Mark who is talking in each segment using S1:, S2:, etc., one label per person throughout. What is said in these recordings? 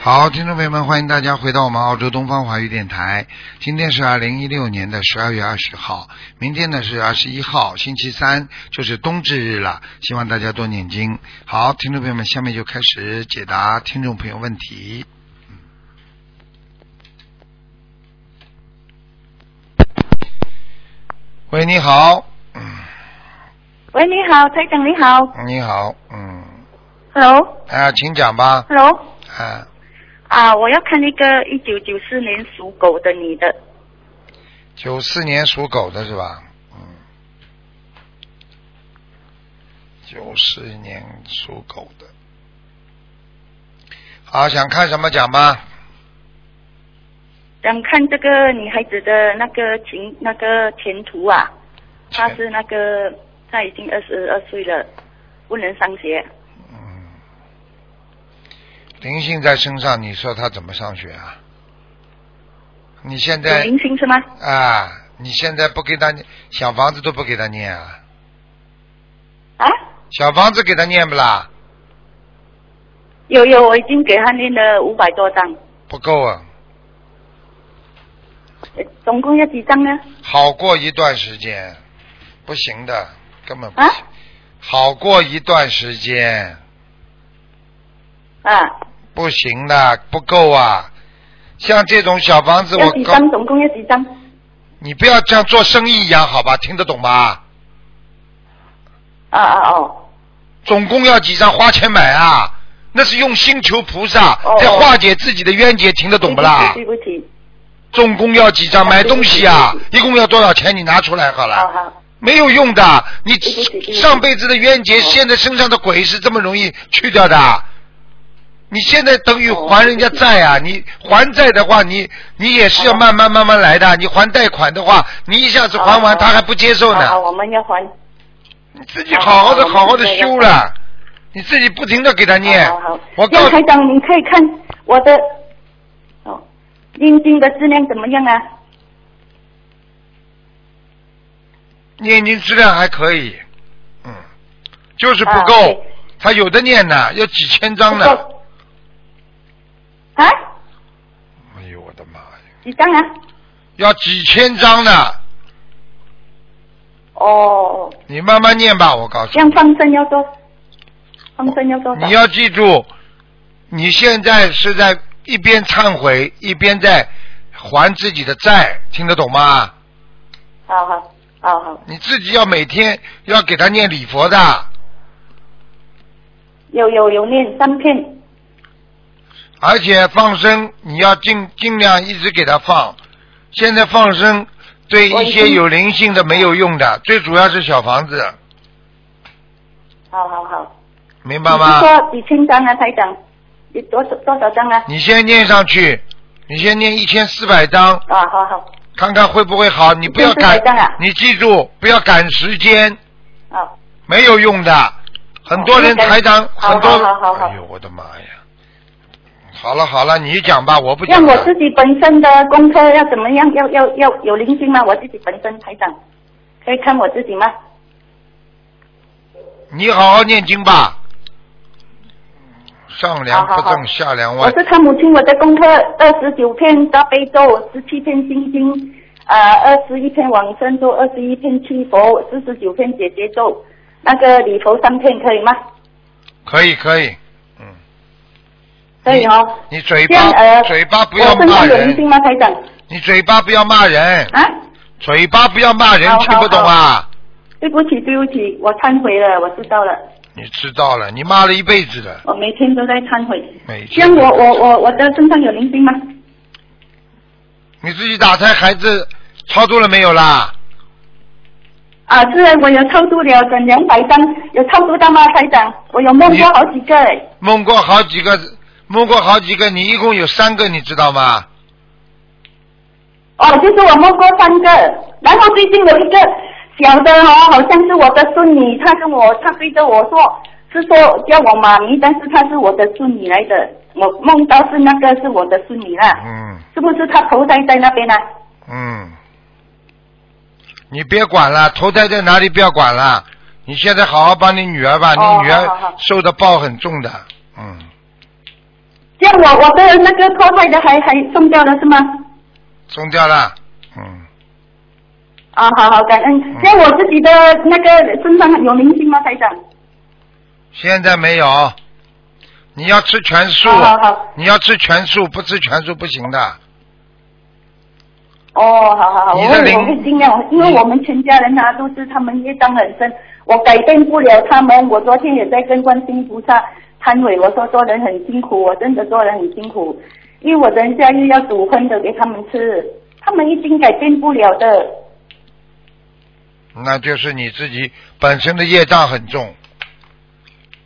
S1: 好，听众朋友们，欢迎大家回到我们澳洲东方华语电台。今天是二零一六年的十二月二十号，明天呢是二十一号，星期三就是冬至日了。希望大家多念经。好，听众朋友们，下面就开始解答听众朋友问题。喂，你好，嗯
S2: 喂，你好，台长你好
S1: 你好，嗯，
S2: ，Hello，Hello
S1: 啊，请讲吧，啊，
S2: 啊，我要看一个一九九四年属狗的女的，
S1: 九四年属狗的是吧？嗯，九四年属狗的。好，想看什么讲吧？
S2: 想看这个女孩子的那个情那个前途啊，她是那个她已经二十二岁了，不能上学，
S1: 嗯，灵性在身上，你说他怎么上学啊？你现
S2: 有
S1: 在
S2: 灵性是吗？
S1: 啊，你现在不给他念小房子都不给他念啊？
S2: 啊，
S1: 小房子给他念不啦？
S2: 有有，我已经给她念了五百多张，
S1: 不够啊，
S2: 呃总共要几张呢？
S1: 好过一段时间，不行的，根本不
S2: 啊
S1: 行。好过一段时间，
S2: 啊，
S1: 不行的，不够啊！像这种小房子，
S2: 要
S1: 我
S2: 几
S1: 告
S2: 张？总共要几张？
S1: 你不要像做生意一样，好吧？听得懂吧？
S2: 啊啊哦，
S1: 总共要几张？花钱买啊！那是用心求菩萨
S2: 哦，
S1: 在化解自己的冤结，听得懂不啦？
S2: 对不起，对不起，
S1: 总共要几张？
S2: 哦
S1: 买东西啊
S2: 对不起对不，啊
S1: 一共要多少钱？你拿出来好
S2: 好
S1: 了。
S2: 好，
S1: 没有用的，你
S2: 对不起对不起
S1: 上辈子的冤结，
S2: 哦
S1: 现在身上的鬼是这么容易去掉的。你现在等于
S2: 哦
S1: 还人家债啊！你还债的话，你你也
S2: 哦
S1: 是要慢慢慢慢来的。你还贷款的话，你一下子还完，
S2: 哦
S1: 他还不接受
S2: 好
S1: 呢
S2: 好，。我们要还，
S1: 你自己好好的好好的修了，你自己不停的给他念
S2: 好好好。
S1: 我告
S2: 廖
S1: 诉
S2: 台长，您可以看我的哦，念经的质量怎么样啊？
S1: 念经质量还可以，嗯，就是不
S2: 啊
S1: 够
S2: 对。
S1: 他有的念呢，要几千张呢。
S2: 不够啊？
S1: 哎呦我的妈呀，
S2: 几张啊？
S1: 要几千张呢。
S2: 哦，
S1: 你慢慢念吧，我告诉
S2: 这样放生要多，放生要多
S1: 你，
S2: 少？
S1: 你要记住，你现在是在一边忏悔，一边在还自己的债，听得懂吗？
S2: 好好好好，
S1: 你自己要每天要给他念礼佛的，
S2: 有有有念三片，
S1: 而且放生你要尽尽量一直给他放。现在放生对
S2: 我
S1: 一
S2: 已
S1: 些
S2: 经
S1: 有灵性的没有用的，最主要是小房子，
S2: 好好好。
S1: 明白
S2: 你
S1: 吗
S2: 是？说几千张啊，台长？你多少多少张啊？
S1: 你先念上去，你先念一千四百张，
S2: 啊，好好
S1: 看看会不会好。你不要赶
S2: 1400张啊，
S1: 你记住不要赶时间，
S2: 好，
S1: 没有用的。很多人
S2: 哦
S1: 台长，
S2: 好
S1: 很多，
S2: 好好好好
S1: 哎呦我的妈呀！好了好了，你讲吧，我不讲
S2: 让我
S1: 了
S2: 自。己本身的功课要怎么样？要要要有灵性吗？我自己本身台长可以看我自己吗？
S1: 你好好念经吧。上梁不
S2: 好好好
S1: 正下梁
S2: 我
S1: 歪，
S2: 是他母亲，我的功课二十九篇大悲咒，十七篇心经，啊，二十一篇往生咒，二十一篇七佛，四十九篇解结咒，那个礼佛三片可以吗？
S1: 可以可以，嗯。
S2: 可以哦。
S1: 你嘴
S2: 这样
S1: 巴
S2: 呃，
S1: 嘴巴不要
S2: 我身
S1: 骂
S2: 上有灵性
S1: 人，
S2: 吗，台长？
S1: 你嘴巴不要骂人，
S2: 啊，
S1: 嘴巴不要骂人
S2: 好，好
S1: 听不懂啊？
S2: 对不起，对不起，我忏悔了，我知道了，
S1: 你知道了，你骂了一辈子了，
S2: 我每天都在忏悔。
S1: 每
S2: 这
S1: 天
S2: 样我我我我的身上有灵性吗？
S1: 你自己打胎，孩子超度了没有啦？
S2: 啊，是我有超度了，整两百张，有超度到吗，台长？我有梦
S1: 你
S2: 过好几个哎。
S1: 梦过好几个，梦过好几个，你一共有三个，你知道吗？
S2: 哦，就是我摸过三个，然后最近有一个小的哦，好像是我的孙女，她跟我，她对着我说，是说叫我妈咪，但是她是我的孙女来的，我梦到是那个是我的孙女啦，
S1: 嗯
S2: 是不是她投胎在那边啊呢、
S1: 嗯，你别管了，投胎在哪里不要管了，你现在好好帮你女儿吧，
S2: 哦
S1: 你女儿
S2: 好好好
S1: 受的报很重的，嗯，
S2: 这样我我的那个脱胎的还还送掉了是吗？
S1: 中掉了，嗯，
S2: 啊，好好感恩。这样我自己的那个身上有灵性吗，台长？
S1: 现在没有。你要吃全素，
S2: 好好好
S1: 你要吃全素，不吃全素不行的。
S2: 哦，好好好，我
S1: 你的
S2: 会
S1: 灵
S2: 我会尽量，因为我们全家人啊都是他们业障很深，我改变不了他们。我昨天也在跟观世音菩萨忏悔，我说做人很辛苦，我真的做人很辛苦，因为我等一下又要煮荤的给他们吃，他们一定改变不了的。
S1: 那就是你自己本身的业障很重，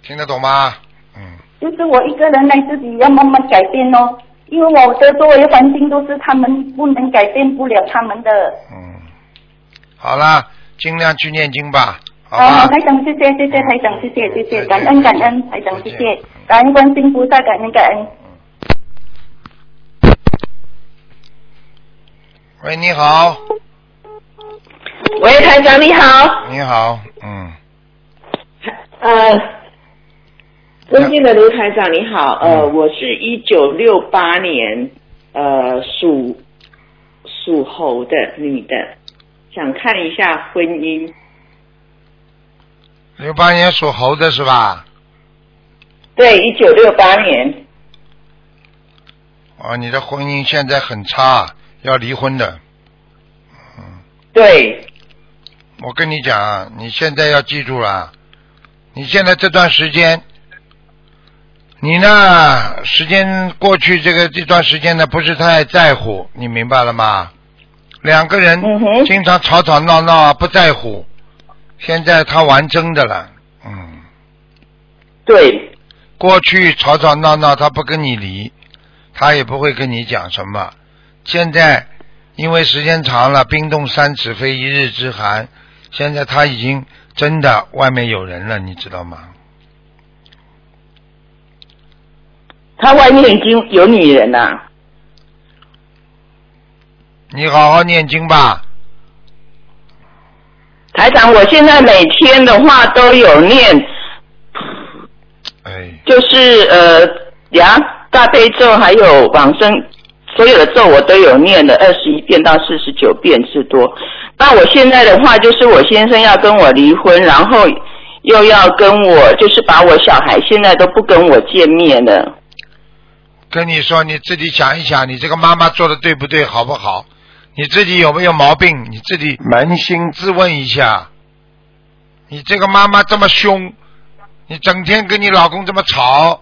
S1: 听得懂吗？嗯，
S2: 就是我一个人来自己要慢慢改变哦，因为我的周围环境都是他们不能改变不了他们的。
S1: 嗯，好啦，尽量去念经吧，好
S2: 哦好
S1: 吧
S2: 好，？台长，谢谢，谢谢台长，谢谢，谢谢，感恩，感恩，台哎长，
S1: 再
S2: 谢谢
S1: 见，
S2: 感恩观世音菩萨，感恩，感恩。
S1: 喂，你好，
S3: 喂，台长你好，
S1: 你好，嗯，
S3: 呃，尊敬的卢台长你好，呃，
S1: 嗯
S3: 我是一九六八年呃属属猴的女的，想看一下婚姻，
S1: 六八年属猴的是吧？
S3: 对，一九六八年，
S1: 哦，你的婚姻现在很差，要离婚的。
S3: 对，
S1: 我跟你讲啊，你现在要记住了，你现在这段时间，你呢，时间过去这个这段时间呢，不是太在乎，你明白了吗？两个人
S3: 嗯哼
S1: 经常吵吵闹闹啊，不在乎。现在他玩真的了，嗯，
S3: 对，
S1: 过去吵吵闹闹，他不跟你离，他也不会跟你讲什么。现在因为时间长了，冰冻三尺非一日之寒，现在他已经真的外面有人了，你知道吗？
S3: 他外面已经有女人啦，
S1: 你好好念经吧，
S3: 台长，我现在每天的话都有念，
S1: 哎，
S3: 就是呃，呀，大悲咒还有往生，所有的咒我都有念的，二十一遍到四十九遍之多。那我现在的话，就是我先生要跟我离婚，然后又要跟我，就是把我小孩现在都不跟我见面了。
S1: 跟你说，你自己想一想，你这个妈妈做的对不对，好不好？你自己有没有毛病？你自己扪心自问一下。你这个妈妈这么凶，你整天跟你老公这么吵，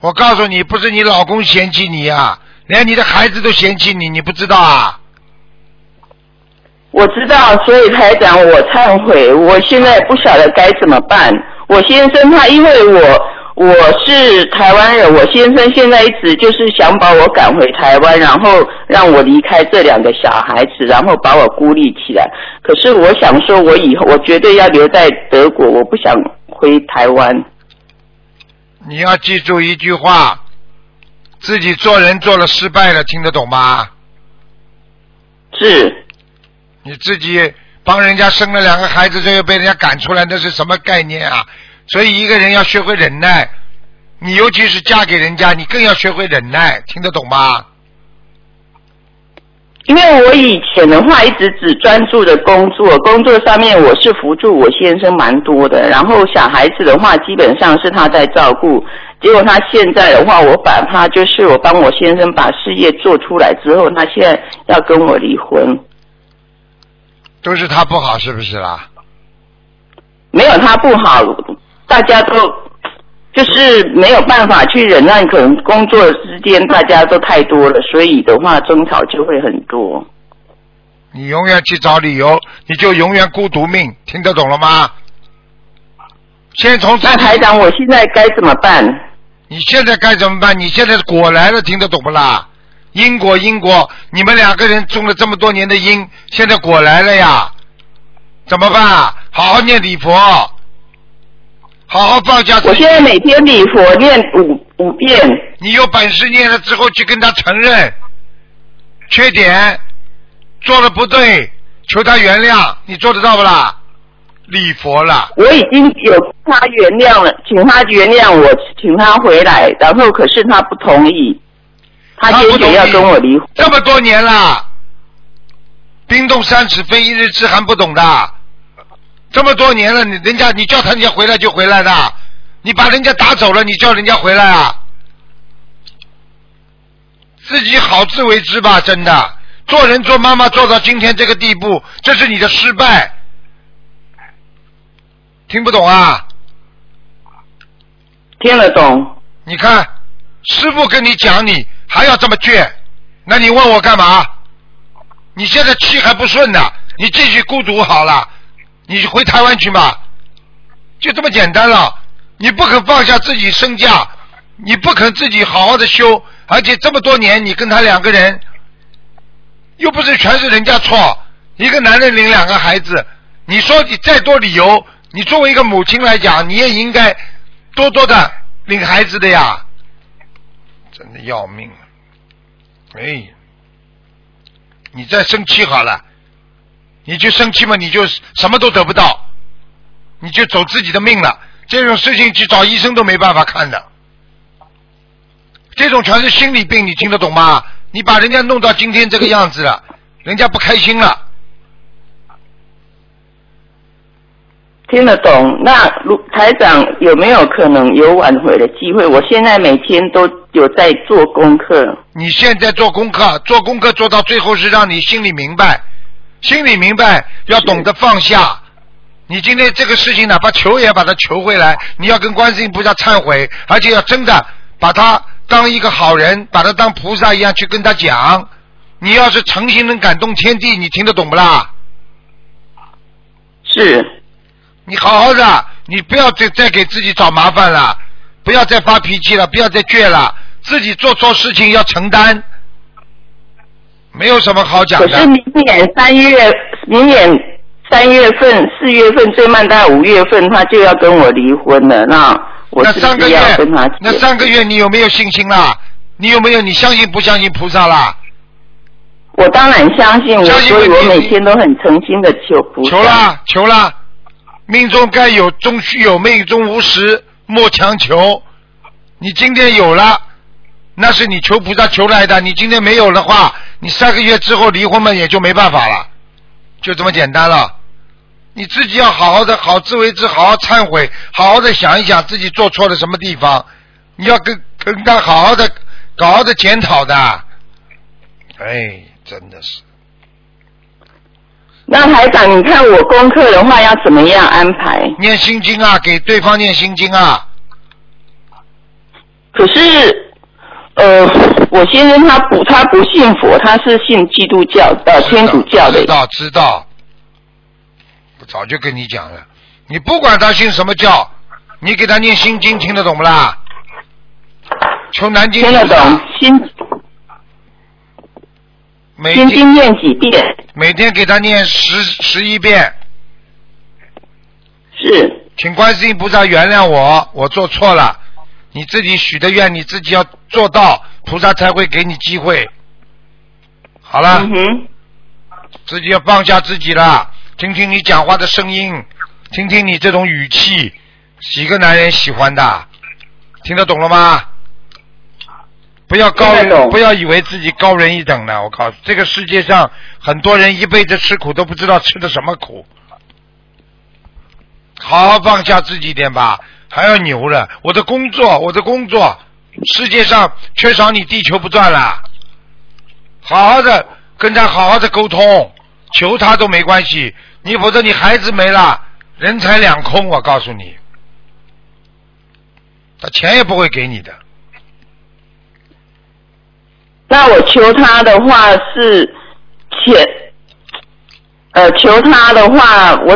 S1: 我告诉你，不是你老公嫌弃你啊，连你的孩子都嫌弃你，你不知道啊？
S3: 我知道，所以台长，我忏悔，我现在不晓得该怎么办。我先生他因为我我是台湾人，我先生现在一直就是想把我赶回台湾，然后让我离开这两个小孩子，然后把我孤立起来。可是我想说，我以后我绝对要留在德国，我不想回台湾。
S1: 你要记住一句话，自己做人做了失败了，听得懂吗？
S3: 是，
S1: 你自己帮人家生了两个孩子，最后被人家赶出来，那是什么概念啊？所以一个人要学会忍耐，你尤其是嫁给人家，你更要学会忍耐，听得懂吗？
S3: 因为我以前的话一直只专注的工作，工作上面我是辅助我先生蛮多的，然后小孩子的话基本上是他在照顾。结果他现在的话，我把他就是我帮我先生把事业做出来之后，他现在要跟我离婚，
S1: 都是他不好，是不是啦？
S3: 没有他不好，大家都就是没有办法去忍耐，可能工作之间大家都太多了，所以的话争吵就会很多。
S1: 你永远去找理由，你就永远孤独命，听得懂了吗？先从自
S3: 那台
S1: 己，
S3: 长，我现在该怎么办？
S1: 你现在该怎么办？你现在果来了，听得懂不啦？因果，因果，你们两个人种了这么多年的因，现在果来了呀，怎么办？好好念礼佛，好好放下
S3: 我
S1: 自己
S3: 现。在每天礼佛念五五遍，
S1: 你有本事念了之后去跟他承认缺点，做的不对，求他原谅，你做得到不啦？礼佛了，
S3: 我已经有他原谅了，请他原谅我，请他回来，然后可是他不同意，他
S1: 不
S3: 坚
S1: 同
S3: 决
S1: 意
S3: 要跟我离婚。
S1: 这么多年了，冰冻三尺非一日之寒，不懂的。这么多年了，你人家你叫他人家回来就回来的，你把人家打走了，你叫人家回来啊？自己好自为之吧，真的。做人做妈妈做到今天这个地步，这是你的失败。听不懂啊？
S3: 听得懂？
S1: 你看，师傅跟你讲你还要这么倔，那你问我干嘛？你现在气还不顺呢，你继续孤独好了，你回台湾去吧，就这么简单了。你不肯放下自己身价，你不肯自己好好的修，而且这么多年你跟他两个人，又不是全是人家错，一个男人领两个孩子，你说你再多理由，你作为一个母亲来讲，你也应该多多的领孩子的呀，真的要命啊！哎，你再生气好了，你就生气嘛，你就什么都得不到，你就走自己的命了。这种事情去找医生都没办法看的，这种全是心理病，你听得懂吗？你把人家弄到今天这个样子了，人家不开心了。
S3: 听得懂？那如台长有没有可能有挽回的机会？我现在每天都有在做功课。
S1: 你现在做功课，做功课做到最后是让你心里明白，心里明白要懂得放下。你今天这个事情，哪怕求也把它求回来，你要跟观世音菩萨忏悔，而且要真的把他当一个好人，把他当菩萨一样去跟他讲。你要是诚心能感动天地，你听得懂不啦？
S3: 是
S1: 你好好的，你不要再再给自己找麻烦了，不要再发脾气了，不要再倔了，自己做错事情要承担，没有什么好讲
S3: 可
S1: 的。
S3: 是明年三月，明年三月份、四月份，最慢到五月份，他就要跟我离婚了。那我
S1: 那
S3: 是
S1: 三
S3: 不
S1: 个
S3: 是
S1: 月
S3: 要跟他，
S1: 那
S3: 结
S1: 三个月你有没有信心啦？你有没有你相信不相信菩萨啦？
S3: 我当然相信我，
S1: 相信
S3: 所以
S1: 你
S3: 我每天都很诚心的求菩萨。
S1: 求啦求啦，命中该有，终须有；命中无时，莫强求。你今天有了，那是你求菩萨求来的。你今天没有的话，你三个月之后离婚嘛，也就没办法了，就这么简单了。你自己要好好的，好自为之，好好忏悔，好好的想一想自己做错了什么地方，你要跟跟他好好的、好好的检讨的。哎，真的是。
S3: 那台长，你看我功课的话要怎么样安排？
S1: 念心经啊，给对方念心经啊。
S3: 可是，呃，我先生他不他不信佛，他是信基督教呃天主教的
S1: 知。道知道。我早就跟你讲了，你不管他信什么教，你给他念心经，听得懂不啦？求南京
S3: 听得
S1: 菩萨
S3: 懂？心
S1: 每
S3: 心
S1: 天
S3: 经念几遍？
S1: 每天给他念十十一遍，
S3: 是
S1: 请观世音菩萨原谅我，我做错了。你自己许的愿，你自己要做到，菩萨才会给你机会。好了。
S3: 嗯哼，
S1: 自己要放下自己了，听听你讲话的声音，听听你这种语气，几个男人喜欢的，听得懂了吗？不要高
S3: 听得懂
S1: 不要以为自己高人一等了，我告诉这个世界上很多人一辈子吃苦都不知道吃的什么苦，好好放下自己一点吧，还要牛了，我的工作，我的工作，世界上缺少你地球不转了。好好的跟他好好的沟通，求他都没关系，你否则你孩子没了，人财两空，我告诉你，他钱也不会给你的，
S3: 那我求他的话是前，呃，求他的话我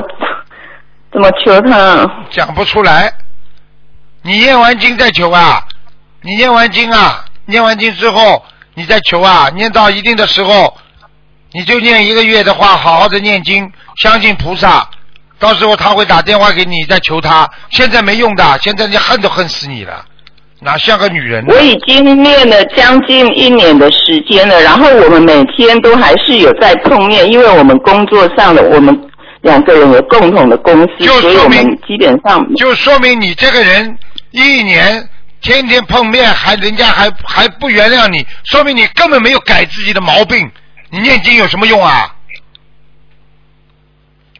S3: 怎么求他？
S1: 讲不出来。你念完经再求啊，你念完经啊，念完经之后你再求啊，念到一定的时候，你就念一个月的话，好好的念经，相信菩萨，到时候他会打电话给你，再求他。现在没用的，现在你恨都恨死你了，哪像个女人呢
S3: 我？已经念了将近一年的时间了，然后我们每天都还是有在碰面，因为我们工作上的我们两个人有共同的公司，
S1: 就
S3: 所以
S1: 说
S3: 我
S1: 明
S3: 们基本上
S1: 就说明你这个人一年天天碰面，还人家还还不原谅你，说明你根本没有改自己的毛病。你念经有什么用啊？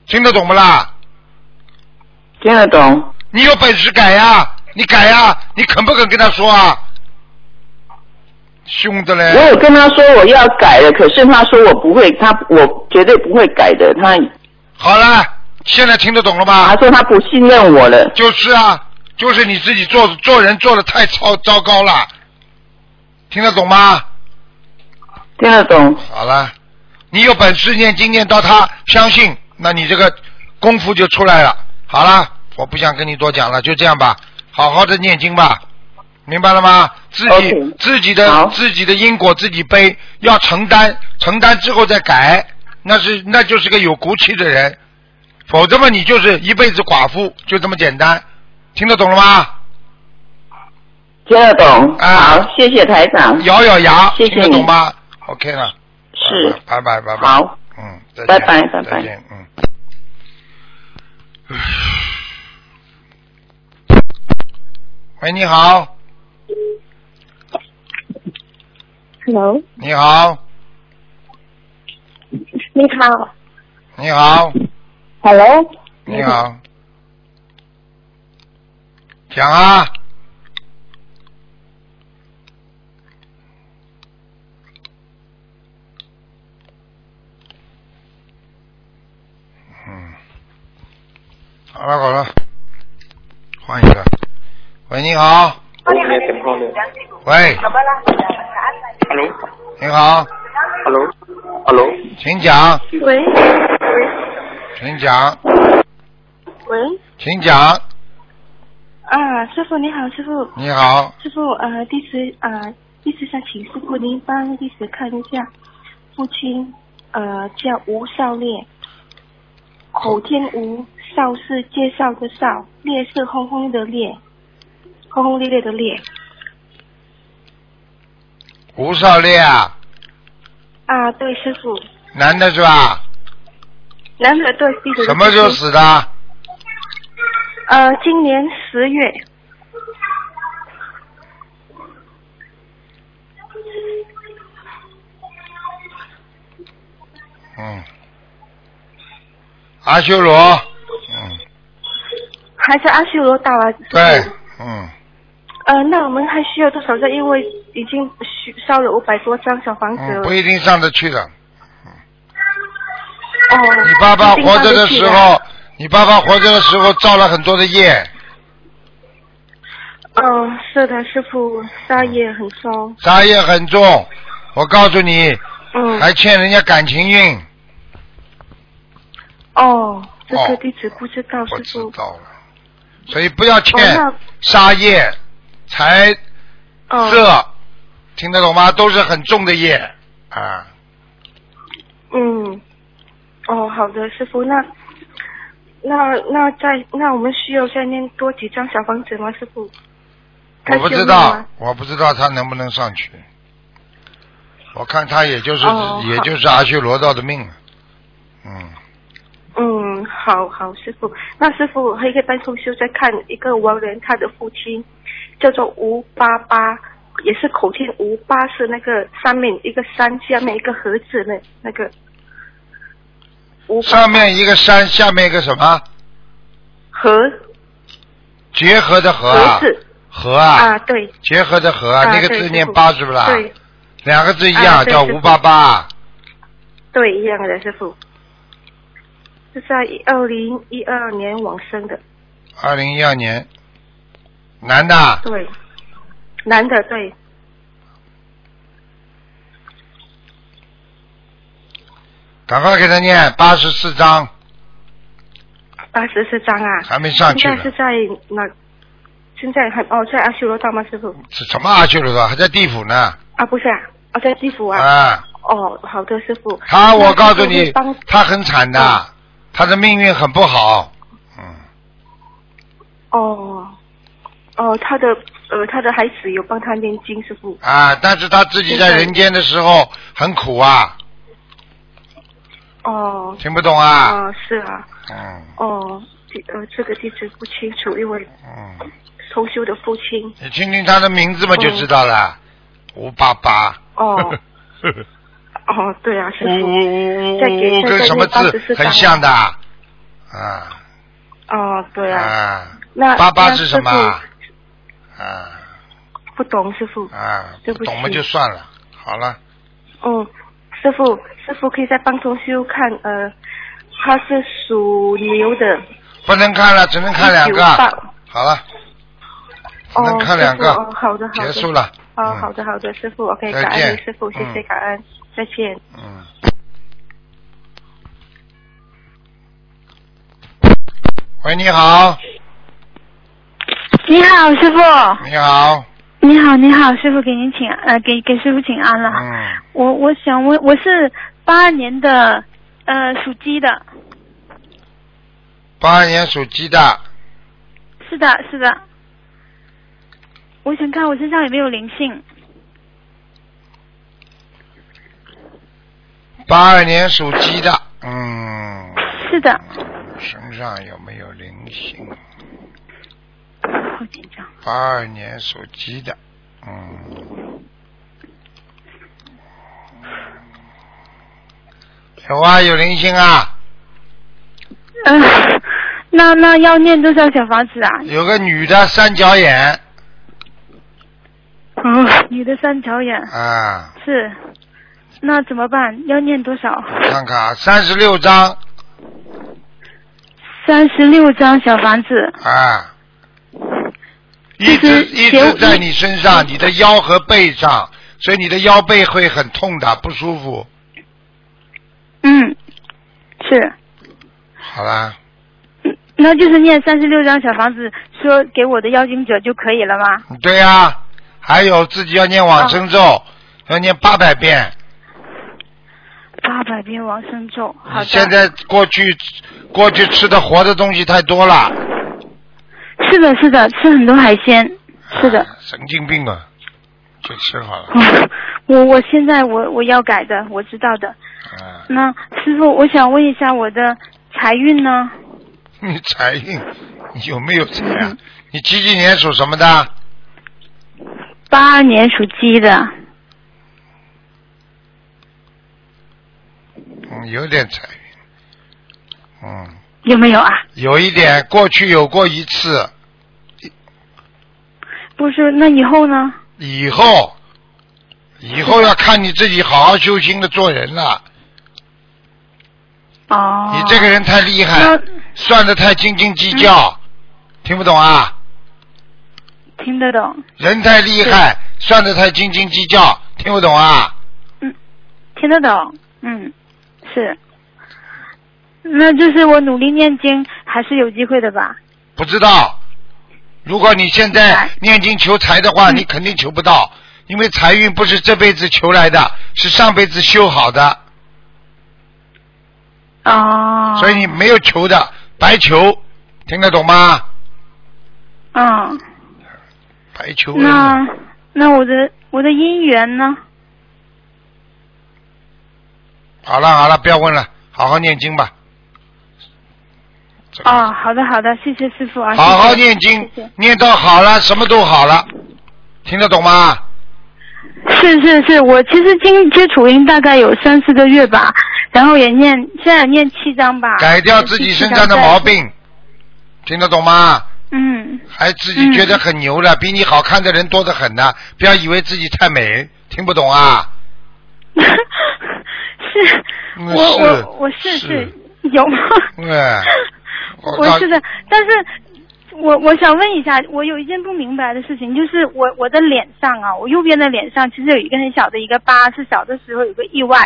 S1: 听得懂不啦？
S3: 听得懂。
S1: 你有本事改呀、你改呀、你肯不肯跟他说啊？凶的
S3: 我
S1: 嘞！
S3: 有跟他说我要改了，可是他说我不会，他我绝对不会改的。他啊
S1: 好了，现在听得懂了吧？
S3: 他说他不信任我了。
S1: 就是啊，就是你自己做做人做的太糟糟糕了，听得懂吗？
S3: 听得懂？
S1: 好了，你有本事念经念到他相信，那你这个功夫就出来了。好了，我不想跟你多讲了，就这样吧，好好的念经吧，明白了吗？自己
S3: OK
S1: 自己的
S3: 好
S1: 自己的因果自己背，要承担，承担之后再改，那是那就是个有骨气的人，否则嘛你就是一辈子寡妇，就这么简单，听得懂了吗？
S3: 听得懂？
S1: 啊
S3: 好，谢谢台长。
S1: 咬咬牙，
S3: 嗯谢谢
S1: 听得懂
S3: 你
S1: 吗？OK 了，
S3: 是
S1: 拜拜拜拜。
S3: 好，
S1: 嗯，再见
S3: 拜拜拜拜
S1: 再见，嗯。喂，你好，
S4: Hello，
S1: 你好，
S4: 你好。
S1: 你好，
S4: Hello，
S1: 你好，讲啊，嗯，好了好了，换一个。喂，你好，喂，
S5: Hello，Hello，Hello，
S1: 你好，请讲，
S4: 喂
S1: 请讲，
S4: 喂，
S1: 请讲。
S4: 啊，师傅你好，师傅，
S1: 你好，
S4: 师傅，呃，弟子呃，弟子想请师傅您帮弟子看一下，父亲呃叫吴少烈，口天吴，少是介绍的少，烈是轰轰的烈，轰轰烈烈的烈
S1: 吴少烈啊，
S4: 啊，对，师傅，
S1: 男的是吧？
S4: 男的对弟子的
S1: 什么时候
S4: 父亲
S1: 死的？
S4: 呃，今年十月。
S1: 嗯，阿修罗，嗯，
S4: 还是阿修罗到了。
S1: 对，嗯，
S4: 呃，那我们还需要多少张？因为已经需烧了五百多张小房子
S1: 嗯，
S4: 了。
S1: 不一定上得去的。
S4: 哦。
S1: 你爸爸活着的时候，你爸爸活着的时候造了很多的业，
S4: 嗯、是的，师傅，
S1: 嗯
S4: 杀业很重。
S1: 杀业很重。我告诉你，
S4: 嗯。
S1: 还欠人家感情运。
S4: 哦，这
S1: 哦
S4: 个地址不知道，
S1: 我
S4: 师
S1: 知
S4: 傅。
S1: 道了，所以不要欠
S4: 哦
S1: 杀业、财
S4: 哦。
S1: 色，听得懂吗？都是很重的业啊。
S4: 嗯。哦，好的，师傅，那。那那再那我们需要再念多几张小房子吗，师傅？
S1: 我不知
S4: 他修了
S1: 道
S4: 吗，
S1: 我不知道他能不能上去。我看他也就是、
S4: 哦
S1: 也
S4: 好
S1: 就是阿修罗道的命了。嗯，
S4: 嗯，好好，师傅。那师傅和一个班同修在看一个亡人，他的父亲叫做吴八八，也是口天吴八是那个上面一个山，下面一个盒子那那个吴八
S1: 上面一个山，下面一个什么？
S4: 盒
S1: 结合的合啊
S4: 盒，子
S1: 合啊，
S4: 对
S1: 结合的合
S4: 啊
S1: 那个
S4: 对
S1: 字
S4: 师
S1: 念
S4: 傅
S1: 八是不啊啦？
S4: 对
S1: 两个字一样，
S4: 啊对
S1: 叫
S4: 师
S1: 吴
S4: 傅
S1: 八八。
S4: 对一样的师傅，是在二零一二年往生的，
S1: 二零一二年，男的啊，
S4: 对，男的对，
S1: 赶快给他念八十四章，
S4: 八十四张啊，
S1: 还没上去
S4: 现
S1: 呢
S4: 在。是在哪？现在还哦，在阿修罗道吗，师傅？
S1: 这什么阿修罗道？还在地府呢
S4: 啊，不是啊，哦，在基辅啊。
S1: 啊！
S4: 哦，好的，师傅。
S1: 他，我告诉
S4: 那师
S1: 你
S4: 傅会帮，
S1: 他很惨的，
S4: 嗯
S1: 他的命运很不好。嗯，
S4: 哦，哦，他的呃，他的孩子有帮他念经，师傅。
S1: 啊，但是他自己在人间的时候很苦啊，
S4: 哦，
S1: 听不懂啊？
S4: 哦，是啊，
S1: 嗯
S4: 哦，这呃这个地址不清楚，因为
S1: 嗯，
S4: 同修的父亲
S1: 你听听他的名字嘛就知道了，
S4: 嗯
S1: 吴爸 爸。
S4: 哦哦，对啊，师
S1: 呜
S4: 傅
S1: 呜呜呜
S4: 再给
S1: 呜，
S4: 再
S1: 跟
S4: 给
S1: 什么
S4: 那个
S1: 字很
S4: 84张啊
S1: 像的？啊
S4: 哦，对啊，
S1: 啊，
S4: 那
S1: 爸爸
S4: 那
S1: 是
S4: 师
S1: 什么
S4: 傅
S1: 啊？啊
S4: 不懂师傅。
S1: 啊，
S4: 对
S1: 不
S4: 不
S1: 懂嘛
S4: 起
S1: 就算了，好了，
S4: 嗯，师傅，师傅可以再帮同修看，呃，他是属牛的，
S1: 不能看了，只能看两个
S4: 1988，
S1: 好了，只能
S4: 哦，
S1: 看两个
S4: 师傅哦，好的，好的，
S1: 结束了。
S4: 哦，
S1: 嗯
S4: 好的，好的，师傅，OK，
S1: 再
S4: 感恩
S1: 见
S4: 师傅，谢谢
S1: 嗯
S4: 感恩，再见。
S1: 嗯。喂，你好，
S5: 你好，师傅。啊
S1: 你好，
S5: 你好，你好，师傅给您请呃，给给师傅请安了。
S1: 嗯，
S5: 我我想问，我是八二年的，呃，属鸡的。
S1: 八二年属鸡的，
S5: 是的，是的。我想看我身上有没有灵性。
S1: 八二年属鸡的，嗯，
S5: 是的，
S1: 身上有没有灵性？
S5: 好紧张。
S1: 八二年属鸡的，嗯，有啊，有灵性啊，
S5: 嗯、那那要念多少小房子啊？
S1: 有个女的三角眼
S5: 嗯，你的三条眼
S1: 啊，
S5: 是，那怎么办？要念多少？
S1: 看看啊，三十六张
S5: 三十六张小房子。
S1: 啊，
S5: 其
S1: 一直
S5: 实
S1: 一
S5: 前
S1: 直在你身上，你的腰和背上，所以你的腰背会很痛的，不舒服。
S5: 嗯，是。
S1: 好啦，
S5: 嗯，那就是念三十六张小房子，说给我的邀请者就可以了吗？
S1: 对呀、还有自己要念往生咒，
S5: 啊
S1: 要念八百遍。
S5: 八百遍往生咒，好
S1: 你
S5: 的。
S1: 现在过去过去吃的活的东西太多了，
S5: 是的，是的，吃很多海鲜，是的。
S1: 啊神经病啊，就吃好了。
S5: 哦我我现在我我要改的，我知道的。
S1: 啊，
S5: 那师傅，我想问一下我的财运呢？
S1: 你财运你有没有财啊
S5: 嗯？
S1: 你几几年属什么的？
S5: 八二年属鸡的，
S1: 嗯，有点财运。嗯，
S5: 有没有啊？
S1: 有一点，过去有过一次，
S5: 不是，那以后呢？
S1: 以后以后要看你自己好好修心的做人了。
S5: 哦。
S1: 你这个哎人太厉害
S5: 那，嗯
S1: 算的太斤斤计较，听不懂啊？
S5: 听得懂，
S1: 人太厉害，算得太斤斤计较，听不懂啊？
S5: 听得懂，嗯，是。那就是我努力念经，还是有机会的吧？
S1: 不知道。如果你现在
S5: 明白
S1: 念经求财的话，
S5: 嗯
S1: 你肯定求不到，因为财运不是这辈子求来的，是上辈子修好的，
S5: 哦，
S1: 所以你没有求的白求，听得懂吗？
S5: 嗯，
S1: 白求恩啊
S5: 那那我的我的姻缘呢？
S1: 好了好了，不要问了，好好念经吧。这个
S5: 哦，好的好的，谢谢师傅啊，
S1: 好好
S5: 谢谢
S1: 念经
S5: 谢谢，
S1: 念到好了，什么都好了，听得懂吗？
S5: 是是是，我其实经接触音大概有三四个月吧，然后也念，现在也念七张吧，
S1: 改掉自己身上的毛。病，听得懂吗？
S5: 嗯，
S1: 还自己觉得很牛了，比你好看的人多得很呢、不要以为自己太美，听不懂啊？
S5: 是，
S1: 嗯
S5: 我
S1: 是
S5: 我我是
S1: 是
S5: 有吗？
S1: 嗯，我
S5: 我
S1: 告
S5: 是的，但是我我想问一下，我有一件不明白的事情，就是我我的脸上啊，我右边的脸上其实有一个很小的一个疤，是小的时候有个意外。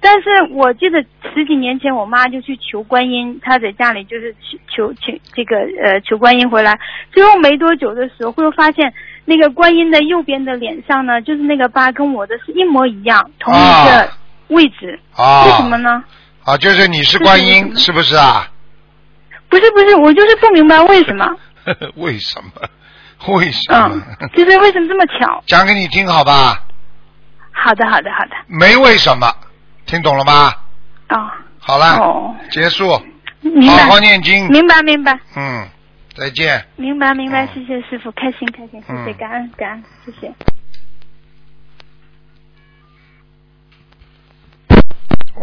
S5: 但是我记得十几年前，我妈就去求观音，她在家里就是求求请这个呃求观音回来，最后没多久的时候，会发现那个观音的右边的脸上呢，就是那个疤跟我的是一模一样，同一
S1: 啊
S5: 个位置，
S1: 啊
S5: 为什么呢？
S1: 啊，就是你是
S5: 这是
S1: 观
S5: 为什
S1: 音，
S5: 么
S1: 是不是啊？
S5: 不是不是，我就是不明白为什么。
S1: 为什么？为什
S5: 嗯
S1: 么？，
S5: 就是为什么这么巧？
S1: 讲给你听好吧，
S5: 好的，好的，好的。
S1: 没为什么，听懂了吗？
S5: 哦，
S1: 好了，
S5: 哦，
S1: 结束。
S5: 明白。
S1: 啊好好念经。
S5: 明白，明白，
S1: 嗯，再见。
S5: 明白，明白。
S1: 嗯
S5: 谢谢师傅，开心，开心，谢谢，
S1: 嗯
S5: 感恩，感恩，谢谢。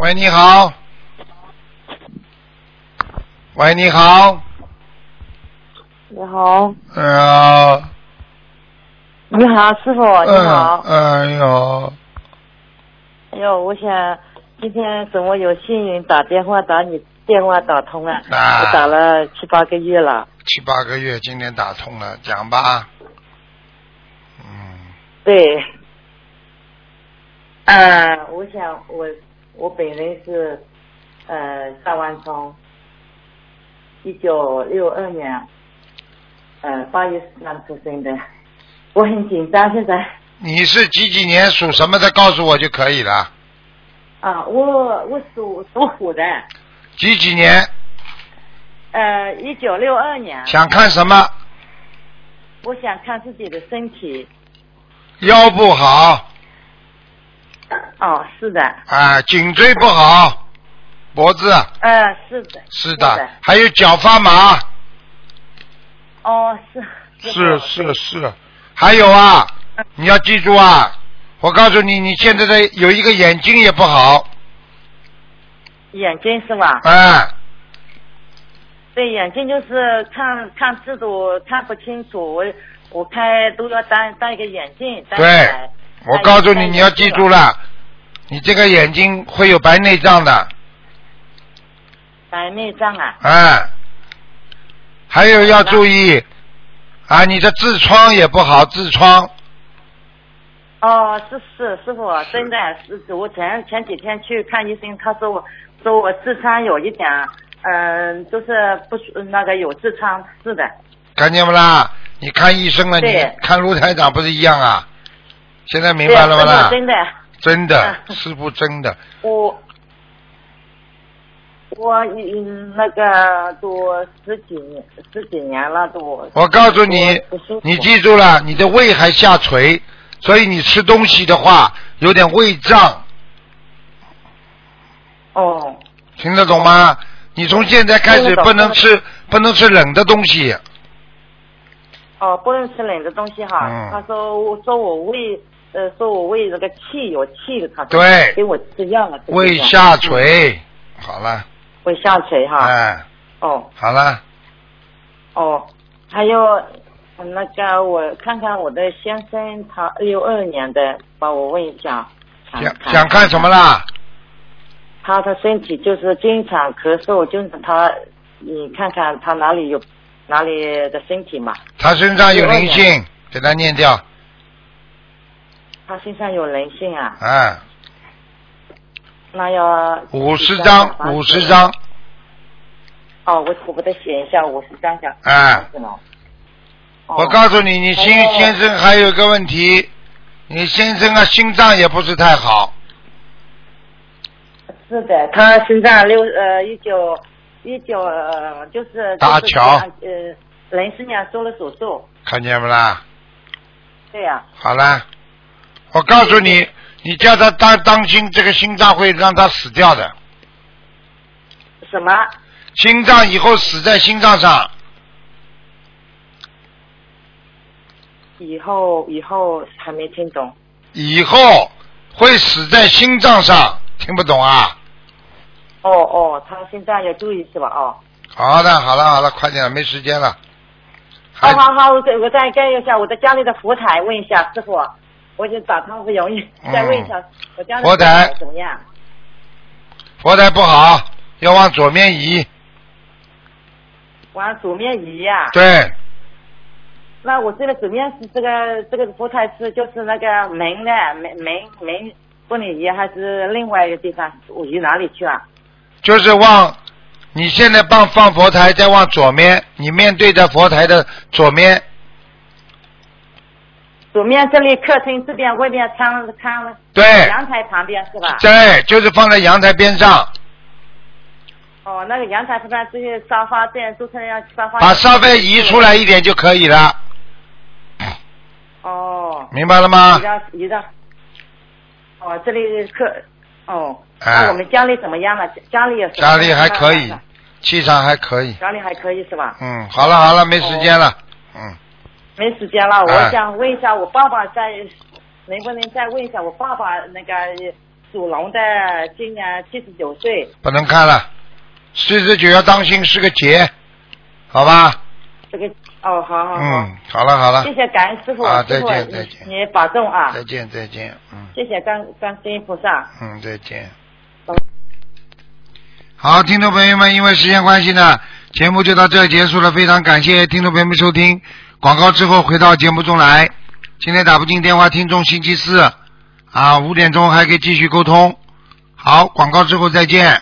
S1: 喂，你好。喂，你好。
S6: 你好，
S1: 呃，
S6: 你好，师傅，你好。
S1: 嗯，哎呦，
S6: 哎呦，我想今天怎么有幸运打电话打你电话打通了？
S1: 啊
S6: 我打了七八个月了。
S1: 七八个月，今天打通了，讲吧。嗯，
S6: 对。呃，我想我我本人是呃大湾冲，一九六二年，呃八月四号出生的。我很紧张，现在
S1: 你是几几年属什么的？告诉我就可以了。
S6: 啊，我我属属虎的，
S1: 几几年？
S6: 呃一九六二年。
S1: 想看什么？
S6: 我想看自己的身体。
S1: 腰不好
S6: 哦，是的，
S1: 啊，颈椎不好，脖子啊
S6: 呃，是的，
S1: 是
S6: 的，
S1: 的，还有脚发麻，
S6: 哦，是
S1: 是是是，还有啊，你要记住啊，我告诉你，你现在的有一个眼睛也不好，
S6: 眼睛是吧？
S1: 哎，
S6: 对，眼睛就是看看字都看不清楚，我我开都要戴戴一个眼镜。戴
S1: 对
S6: 起来
S1: 我告诉你，你要记住。了，你这个眼睛会有白内障的，
S6: 白内障啊，
S1: 哎，还有要注意啊，你的痔疮也不好，痔疮，
S6: 哦，是是师傅，真的是，我前前几天去看医生，他说我说我痔疮有一点，嗯、就是不舒那个有痔疮，是的，
S1: 看见不啦？你看医生了，你
S6: 对
S1: 看卢台长不是一样啊？现在明
S6: 对
S1: 白了吗啦？
S6: 真的。真的
S1: 真的，
S6: 嗯
S1: 师傅真的，
S6: 我我嗯那个都十几年十几年了都。
S1: 我告诉你
S6: 不舒服，
S1: 你记住了，你的胃还下垂，所以你吃东西的话有点胃胀，
S6: 哦
S1: 听得懂吗？你从现在开始
S6: 听得懂
S1: 不能吃不能吃冷的东西，
S6: 哦，不能吃冷的东西哈。
S1: 嗯
S6: 他说我说我胃呃说我胃这个气有气的，他说
S1: 对
S6: 给我吃药了。
S1: 胃下，垂。好了，
S6: 胃下垂哈。
S1: 哎，
S6: 哦
S1: 好了，
S6: 哦，还有嗯那个我看看我的先生，他六二年的，帮我问一下。
S1: 想想看什么啦？
S6: 他的身体就是经常咳嗽，就是他，你看看他哪里有哪里的身体嘛，
S1: 他身上有灵性，给他念掉，
S6: 他身上有人性啊，
S1: 哎，
S6: 那要
S1: 五十张，五十。张，
S6: 哦，我我给他写一下五十张小。
S1: 哎，
S6: 是吗？哦
S1: 我告诉你，你先
S6: 哦
S1: 先生还有一个问题，你先生啊心脏也不是太好，
S6: 是的，他身上六呃一九一九呃就是
S1: 搭
S6: 就是
S1: 桥
S6: 呃人事呢做了手术，
S1: 看见不啦？
S6: 对呀、
S1: 好啦，我告诉你，
S6: 嗯
S1: 你叫他当当心，这个心脏会让他死掉的，
S6: 什么？
S1: 心脏以后死在心脏上，
S6: 以后以后还没听懂。
S1: 以后会死在心脏上，听不懂啊？
S6: 哦哦，他现在要注意是吧？哦。
S1: 好的，好了，好了，快点了，没时间了。
S6: 好
S1: 还
S6: 好好，我再我再盖一下我的家里的佛台，问一下师傅，我就打通不容易，
S1: 嗯
S6: 再问一下我家里的
S1: 佛台
S6: 怎么样？
S1: 佛台不好，要往左面移。
S6: 往左面移呀、
S1: 对，
S6: 那我这个左面是这个这个佛台是就是那个门的门门门不能移，还是另外一个地方？我移哪里去啊？
S1: 就是往你现在放放佛台，再往左面，你面对着佛台的左面，
S6: 左面这里客厅这边外边窗窗
S1: 对，
S6: 阳台旁边是吧？
S1: 对，就是放在阳台边上，
S6: 哦，那个阳台旁边这些沙发这样都是要沙发。
S1: 把沙发移出。来一点就可以了，
S6: 哦。
S1: 明白了吗
S6: 一？张一张。哦，这里客哦，
S1: 哎
S6: 那我们家里怎么样了？家里有什么
S1: 家里还可以
S6: 办法，
S1: 气场还可以。
S6: 家里还可以是吧？
S1: 嗯，好了好了，没时间了。嗯，
S6: 没时间了，
S1: 哎
S6: 我想问一下我爸爸在，能不能再问一下我爸爸那个属龙的，今年七十九岁，
S1: 不能看了。四十九要当心是个劫，好吧？
S6: 这个哦，好好好，
S1: 嗯，好了好了
S6: 谢，谢感恩师傅，
S1: 啊
S6: 师傅
S1: 再见
S6: 你
S1: 再见
S6: 你保重啊，
S1: 再见再见，嗯
S6: 谢谢观观世音菩萨。
S1: 嗯，再见
S6: 好。
S1: 好，听众朋友们，因为时间关系呢，节目就到这儿结束了。非常感谢听众朋友们收听，广告之后回到节目中来。今天打不进电话，听众星期四啊五点钟还可以继续沟通。好，广告之后再见。